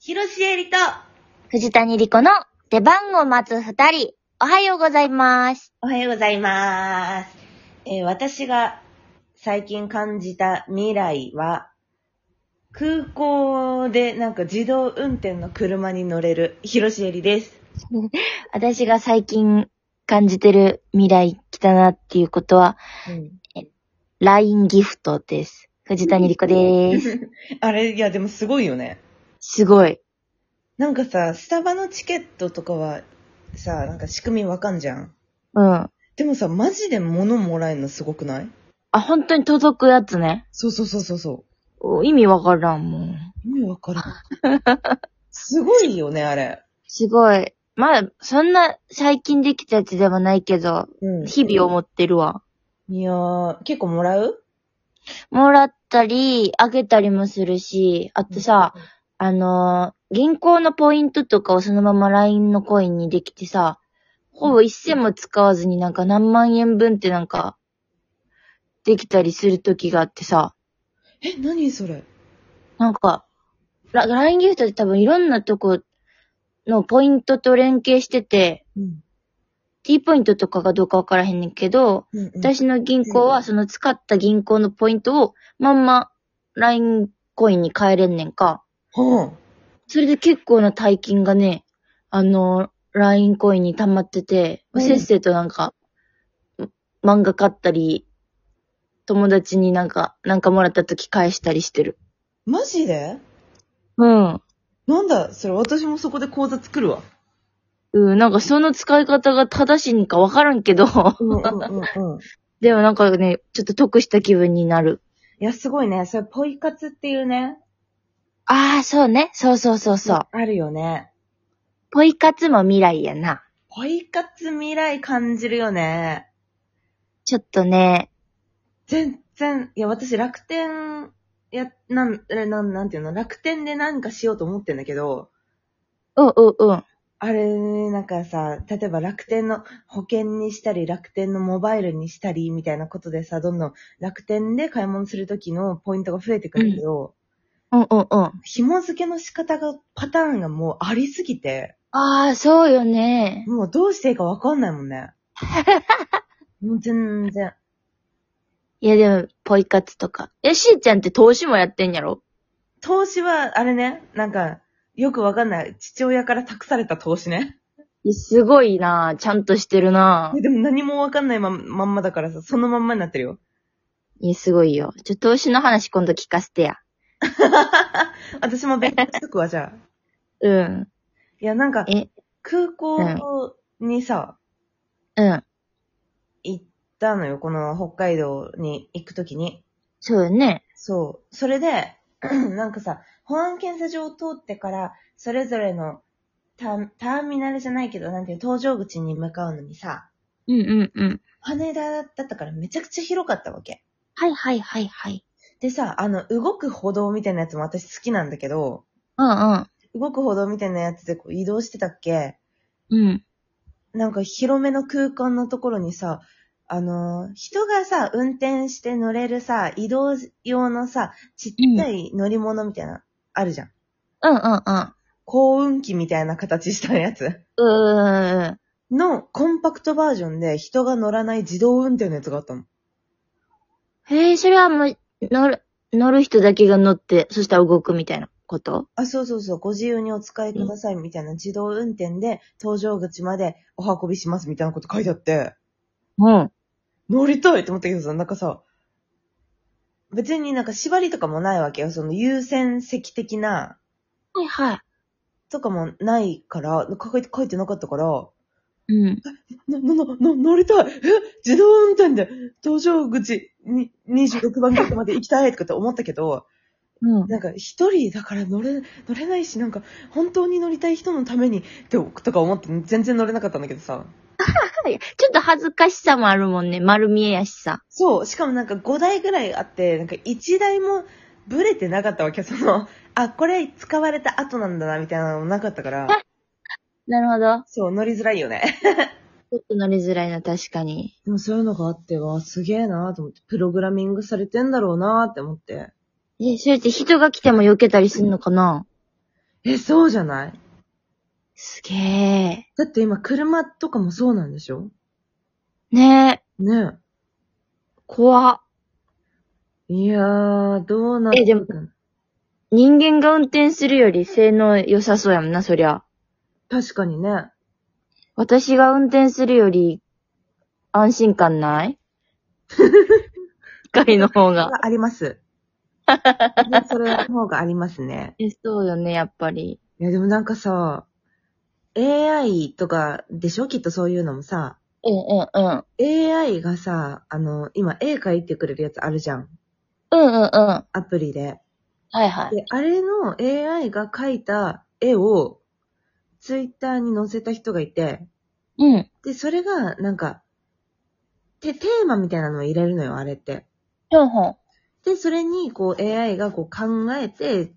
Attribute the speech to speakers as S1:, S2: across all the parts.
S1: 広ロシエリと、
S2: 藤谷莉子の出番を待つ二人、おはようございます。
S1: おはようございます。えー私が最近感じた未来は、空港でなんか自動運転の車に乗れる広ロシエリです。
S2: 私が最近感じてる未来来たなっていうことは、LINE ギフトです。藤谷莉子です。
S1: あれ、いやでもすごいよね。
S2: すごい。
S1: なんかさ、スタバのチケットとかはさ、なんか仕組みわかんじゃん。
S2: うん。あ、
S1: でもさ、マジで物もらえるのすごくない
S2: 本当に届くやつね。
S1: そうそうそうそうそう。
S2: お意味わからんもん。
S1: 意味わからん。 すごいよね、あれ。
S2: すごい。まあ、そんな最近できたやつではないけど、
S1: うん
S2: 日々思ってるわ。
S1: いやー、結構もらう
S2: もらったり、あげたりもするし、あとさ、、あのー銀行のポイントとかをそのまま LINE のコインにできてさ、ほぼ一銭も使わずになんか何万円分ってなんか、できたりする時があってさ、
S1: え、何それ
S2: なんか、ラ LINE ギフトって多分いろんなとこのポイントと連携してて、
S1: うん。
S2: T ポイントとかがどうかわからへんねんけど、
S1: うんうん、
S2: 私の銀行
S1: うん
S2: はその使った銀行のポイントをまんま LINE コインに変えれんねんか。
S1: はあ、
S2: それで結構な大金がね、あの、LINE コインに溜まってて、
S1: うん
S2: せっせとなんか、漫画買ったり、友達になんか、なんかもらった時返したりしてる。
S1: マジで
S2: うん。
S1: なんだ、それ私もそこで講座作るわ。
S2: うん、なんかその使い方が正しいんかわからんけど、
S1: うんうんうんうん。い
S2: でもなんかね、ちょっと得した気分になる。
S1: や、すごいね。それ、ポイ活っていうね。
S2: ああ、そうね。そうそうそうそう。
S1: あるよね。
S2: ポイ活も未来やな。
S1: ポイ活未来感じるよね。
S2: ちょっとね、
S1: 全然、いや、私楽天、や、なん、えなん、なんていうの、楽天でなんかしようと思ってんだけど、
S2: うんうんうん。
S1: あれ、なんかさ、例えば楽天の保険にしたり、楽天のモバイルにしたり、みたいなことでさ、どんどん楽天で買い物するときのポイントが増えてくるけど、
S2: うんうんうん。あ
S1: 紐付けの仕方が、パターンがもうありすぎて、
S2: あ、そうよね。
S1: もうどうしていいかわかんないもんね。もう全然。
S2: いやでも、ポイ活とか。いや、しーちゃんって投資もやってんやろ
S1: 投資は、あれね、なんか、よくわかんない。父親から託された投資ね。
S2: いやすごいなぁ。ちゃんとしてるなぁ。
S1: でも何もわかんないまんまんまだからさ、そのまんまになってるよ。
S2: いや、すごいよ。ちょ、投資の話今度聞かせてや。
S1: 私も勉強しとくわ、じゃあ。
S2: うん。
S1: いや、なんか、
S2: え、
S1: 空港にさ、
S2: うん。
S1: 行ったのよ、この北海道に行くときに。
S2: そうよね。
S1: そう。それで、 なんかさ、保安検査場を通ってから、それぞれのタターミナルじゃないけど、なんていう、搭乗口に向かうのにさ、
S2: うんうんうん。
S1: 羽田だったからめちゃくちゃ広かったわけ。
S2: はいはいはいはい。
S1: でさ、あの、動く歩道みたいなやつも私好きなんだけど、
S2: うん
S1: 動く歩道みたいなやつでこう移動してたっけ
S2: うん。うん。
S1: なんか広めの空間のところにさ、あのー人がさ、運転して乗れるさ、移動用のさ、ちっちゃい乗り物みたいな、あるじゃん。
S2: うんうん
S1: 幸運機みたいな形したやつ。
S2: うん。うーん。
S1: のコンパクトバージョンで人が乗らない自動運転のやつがあったの。
S2: へえ、それはもう、乗る、乗る人だけが乗って、そしたら動くみたいなこと
S1: あ、そうそうそう、ご自由にお使いくださいみたいな自動運転で搭乗口までお運びしますみたいなこと書いてあって。
S2: うん。
S1: 乗りたいって思ったけどさ、なんかさ、別になんか縛りとかもないわけよ。その優先席的な、
S2: はいは
S1: とかもないから、書いて、書いてなかったから、
S2: い。うん。
S1: な、な、な、な乗りたいえ自動運転で、搭乗口に、26番ゲートまで行きたいとかって思ったけど、
S2: うん。
S1: なんか一人だから乗れ、乗れないし、なんか本当に乗りたい人のために、って、とか思って全然乗れなかったんだけどさ。
S2: はいちょっと恥ずかしさもあるもんね。丸見えやしさ。
S1: そう、しかもなんか5台ぐらいあって、なんか1台もブレてなかったわけ、 その、あ、これ使われた後なんだな、みたいなのもなかったから、
S2: なるほど。
S1: そう、乗りづらいよね。
S2: ちょっと乗りづらいな、確かに。
S1: でもそういうのがあって、わ、すげえなと思って、プログラミングされてんだろうなって思って。
S2: え、それって人が来ても避けたりすんのかな
S1: え、そうじゃない
S2: すげえ。
S1: だって今車とかもそうなんでしょ
S2: ねえ、
S1: ね
S2: 怖っ。
S1: え。いやー、どうなって
S2: えでも
S1: たの
S2: 人間が運転するより性能良さそうやもんな、そりゃ。
S1: 確かにね。
S2: 私が運転するより、安心感ない 光の方が。
S1: あり ます。 ねそれの方がありますね。
S2: え、そうよね、やっぱり。
S1: いや、でもなんかさ、AI とかでしょきっとそういうのもさ、
S2: うんうんうん。
S1: AI がさ、あの、今絵描いてくれるやつあるじゃん。
S2: うんうんうん。は
S1: アプリで。
S2: いはい。
S1: で、あれの AI が描いた絵を、ツイッターに載せた人がいて、
S2: うん。
S1: で、それが、なんか、て、テーマみたいなのを入れるのよ、あれって。
S2: ほんほん。
S1: で、それに、こう、AI がこう考えて、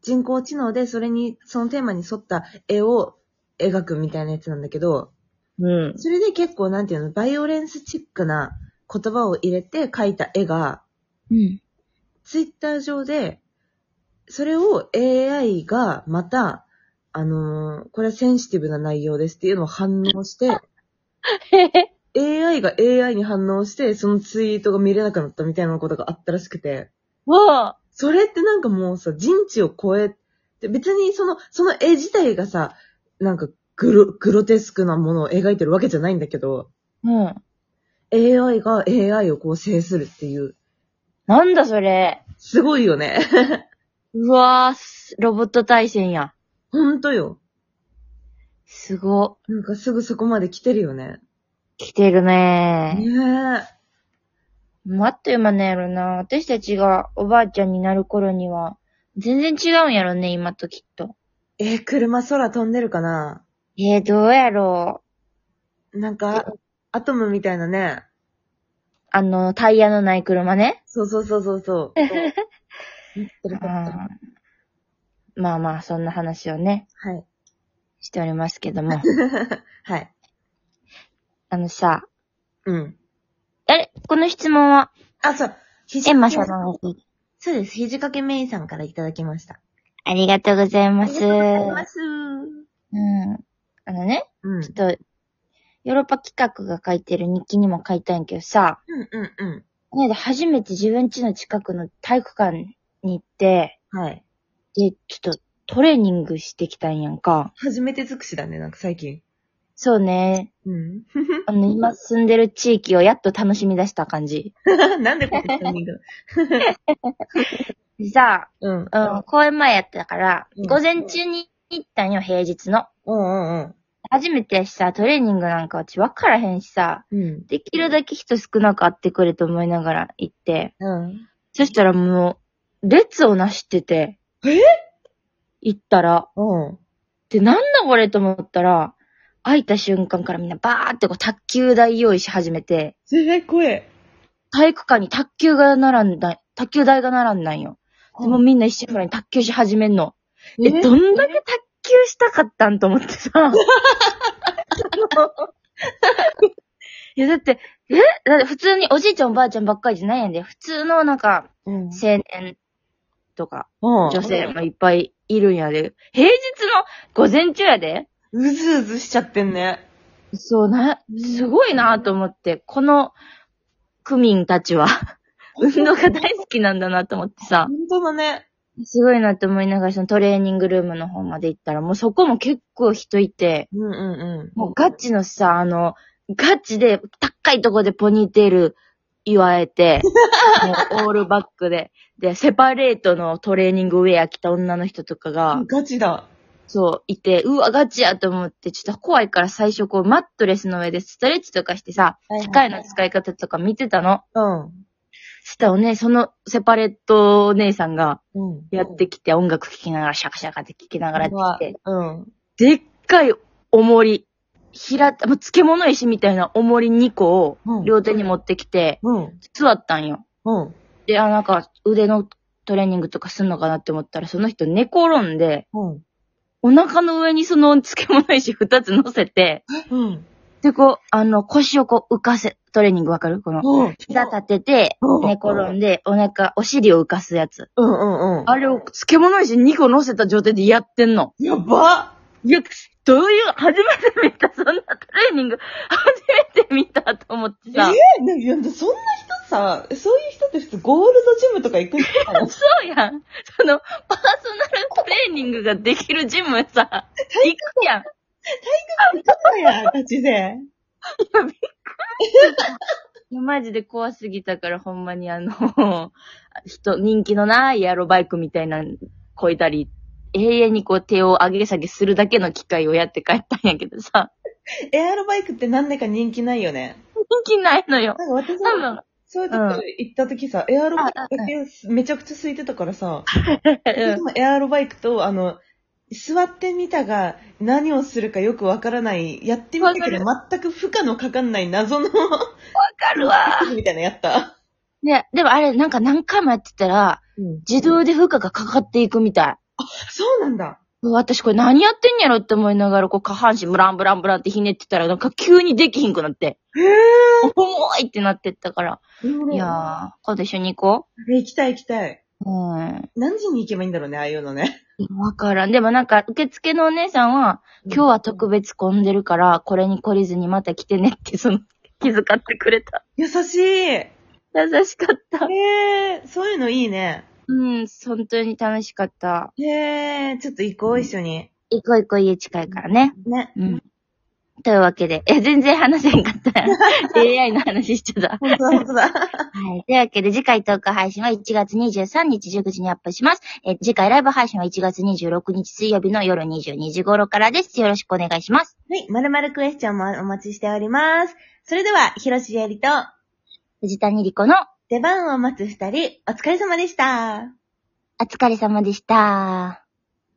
S1: 人工知能でそれに、そのテーマに沿った絵を描くみたいなやつなんだけど、
S2: うん。
S1: それで結構、なんていうの、バイオレンスチックな言葉を入れて描いた絵が、
S2: うん。
S1: ツイッター上で、それを AI がまた、あのーこれはセンシティブな内容ですっていうのを反応して、
S2: へへ。
S1: AI が AI に反応して、そのツイートが見れなくなったみたいなことがあったらしくて、
S2: わあ。
S1: それってなんかもうさ、人知を超えて、別にその、その絵自体がさ、なんかグロ、グロテスクなものを描いてるわけじゃないんだけど、
S2: うん。
S1: AI が AI をこう制するっていう、
S2: なんだそれ。
S1: すごいよね。
S2: うわあ、すロボット対戦や。
S1: ほんとよ。
S2: すご。
S1: なんかすぐそこまで来てるよね。
S2: 来てるね
S1: ねえ。
S2: もうあっという間なんやろな。私たちがおばあちゃんになる頃には、全然違うんやろね、今ときっと。
S1: えー車空飛んでるかな
S2: えー、どうやろう。
S1: なんか、アトムみたいなね。
S2: あの、タイヤのない車ね。
S1: そうそうそうそう そう。
S2: う
S1: そうは
S2: ん。まあまあ、そんな話をね、
S1: い。
S2: しておりますけども。
S1: はい。
S2: あのさ、
S1: うん。
S2: あれこの質問は、
S1: あ、そう。
S2: エ
S1: 肘
S2: ンマ
S1: 掛
S2: 様
S1: け
S2: の方に
S1: そうです。肘掛けメイさんからいただきました。
S2: ありがとうござい
S1: あ
S2: ま
S1: りが
S2: す。
S1: とうございます。
S2: うん。あのね、
S1: うん。
S2: ちょっと、ヨーロッパ企画が書いてる日記にも書いたんやけどさ、
S1: うんうんう
S2: この間初めて自分家の近くの体育館に行って、
S1: ん。はい。
S2: で、ちょっとトレーニングしてきたんやんか。
S1: 初めて尽くしだね、なんか最近。
S2: そうね。
S1: うん。
S2: あの、今住んでる地域をやっと楽しみ出した感じ。
S1: なんでこんなタイミング
S2: でさ、
S1: うん。うん
S2: うん、公演前やったから、
S1: うん
S2: 午前中に行ったんよ、平日の。
S1: うんうん。
S2: 初めてやしさ、トレーニングなんかうち分からへんしさ、
S1: うん。
S2: できるだけ人少なく会ってくれと思いながら行って、
S1: うん。
S2: そしたらもう、列をなしてて、
S1: え
S2: 行ったら、
S1: うん。
S2: で、なんだこれと思ったら、開いた瞬間からみんなバーってこう卓球台用意し始めて、
S1: 絶対声。
S2: 体育館に卓球が並んだ、卓球台が並んだんよ。でもうみんな一瞬からに卓球し始めんの。え、どんだけ卓球したかったんと思って さ。いや、だって、えだって普通におじいちゃんおばあちゃんばっかりじゃないやんで、普通のなんか、
S1: うん。
S2: 青年とか、
S1: 女
S2: 女性もいっぱいいるんやで。平日の午前中やで。
S1: うずうずしちゃってんね。
S2: そうな、すごいなと思って、この区民たちは、運動が大好きなんだなと思ってさ。
S1: 本当だね。
S2: すごいなって思いながら、そのトレーニングルームの方まで行ったら、もうそこも結構人いて、
S1: うんうん
S2: もうガチのさ、あの、ガチで、高いとこでポニーテール言われ て、もうオールバックで、で、セパレートのトレーニングウェア着た女の人とか
S1: う
S2: が
S1: ん。、ガチだ。
S2: そう、いて、うわ、ガチやと思って、ちょっと怖いから最初こう、マットレスの上でストレッチとかしてさ、機械の使い方とか見てたの。
S1: うん。
S2: そしたらね、そのセパレートお姉さんが、
S1: うん。
S2: やってきて、音楽聴きながら、シャカシャカって聴きながらやってきて、
S1: うん。
S2: でっかい重り、平た、もう漬物石みたいな重り2個を
S1: うん
S2: 両手に持ってきて、
S1: うん。
S2: 座ったんよ。
S1: うん。
S2: で、あ、なんか腕のトレーニングとかすんのかなって思ったら、その人寝転んで、
S1: うん。
S2: お腹の上にその漬物石2つ乗せて、
S1: うん。
S2: で、こう、あの、腰をこう浮かせ、トレーニングわかるこの、
S1: うん。
S2: 膝立てて、
S1: うん
S2: 寝転んで、お腹、お尻を浮かすやつ。
S1: うんうんうん。
S2: あれを漬物石2個乗せた状態でやってんの。
S1: やば
S2: いや、どういう、初めて見た、そんなトレーニング、初めて見たと思ってさ。
S1: えなんかいやそんな人さ、そういう人って普通ゴールドジムとか行くんだから
S2: そうやん。その、パーソナルトレーニングができるジムさ、行くやん。
S1: そうや、ガチで。
S2: いや、マジで怖すぎたから、ほんまにあの、 人、人気のないエアロバイクみたいなのこいだり、永遠にこう手を上げ下げするだけの機会をやって帰ったんやけどさ、
S1: エアロバイクって何年か人気ないよね。
S2: 人気ないのよ。
S1: なんか私
S2: 多
S1: も、
S2: 分、
S1: そういうとこ行った時さ、エアロバイクだけめちゃくちゃ空いてたからさ、私もエアロバイクと、あの、座ってみたが何をするかよくわからない、やってみたけど全く負荷のかかんない謎の
S2: わかるわ。
S1: みたいなのやった。
S2: ね、でもあれ、なんか何回もやってたら、
S1: うん、
S2: 自動で負荷がかかっていくみたい。
S1: そうなんだ。
S2: うわ私これ何やってんやろって思いながら、こう下半身ブランブランブランってひねってたら、なんか急にできひんくなって、
S1: へえ。
S2: 重いってなってったから。いやー、今度一緒に行こ
S1: え行きたい行きたい。
S2: う。うん。
S1: 何時に行けばいいんだろうね、ああいうのね。
S2: わからん。でもなんか、受付のお姉さんは、今日は特別混んでるから、これに懲りずにまた来てねって、その、気遣ってくれた。
S1: 優しい。え
S2: 優しかった。
S1: えそういうのいいね。
S2: うん、本当に楽しかった。
S1: ええちょっと行こう、一緒に。
S2: 行こう行こう、家近いからね。
S1: ね。
S2: うん。というわけで、え、全然話せんかった。AI の話しちゃった。
S1: 本当だ、本当だ。
S2: はい。というわけで、次回トーク配信は1月23日19時にアップします。え、次回ライブ配信は1月26日水曜日の夜22時頃からです。よろしくお願いします。
S1: はい、まるまるクエスチョンもお待ちしております。それでは、ひろしえりと、
S2: 藤谷莉子の
S1: 出番を待つ二人、お疲れ様でした。
S2: お疲れ様でした。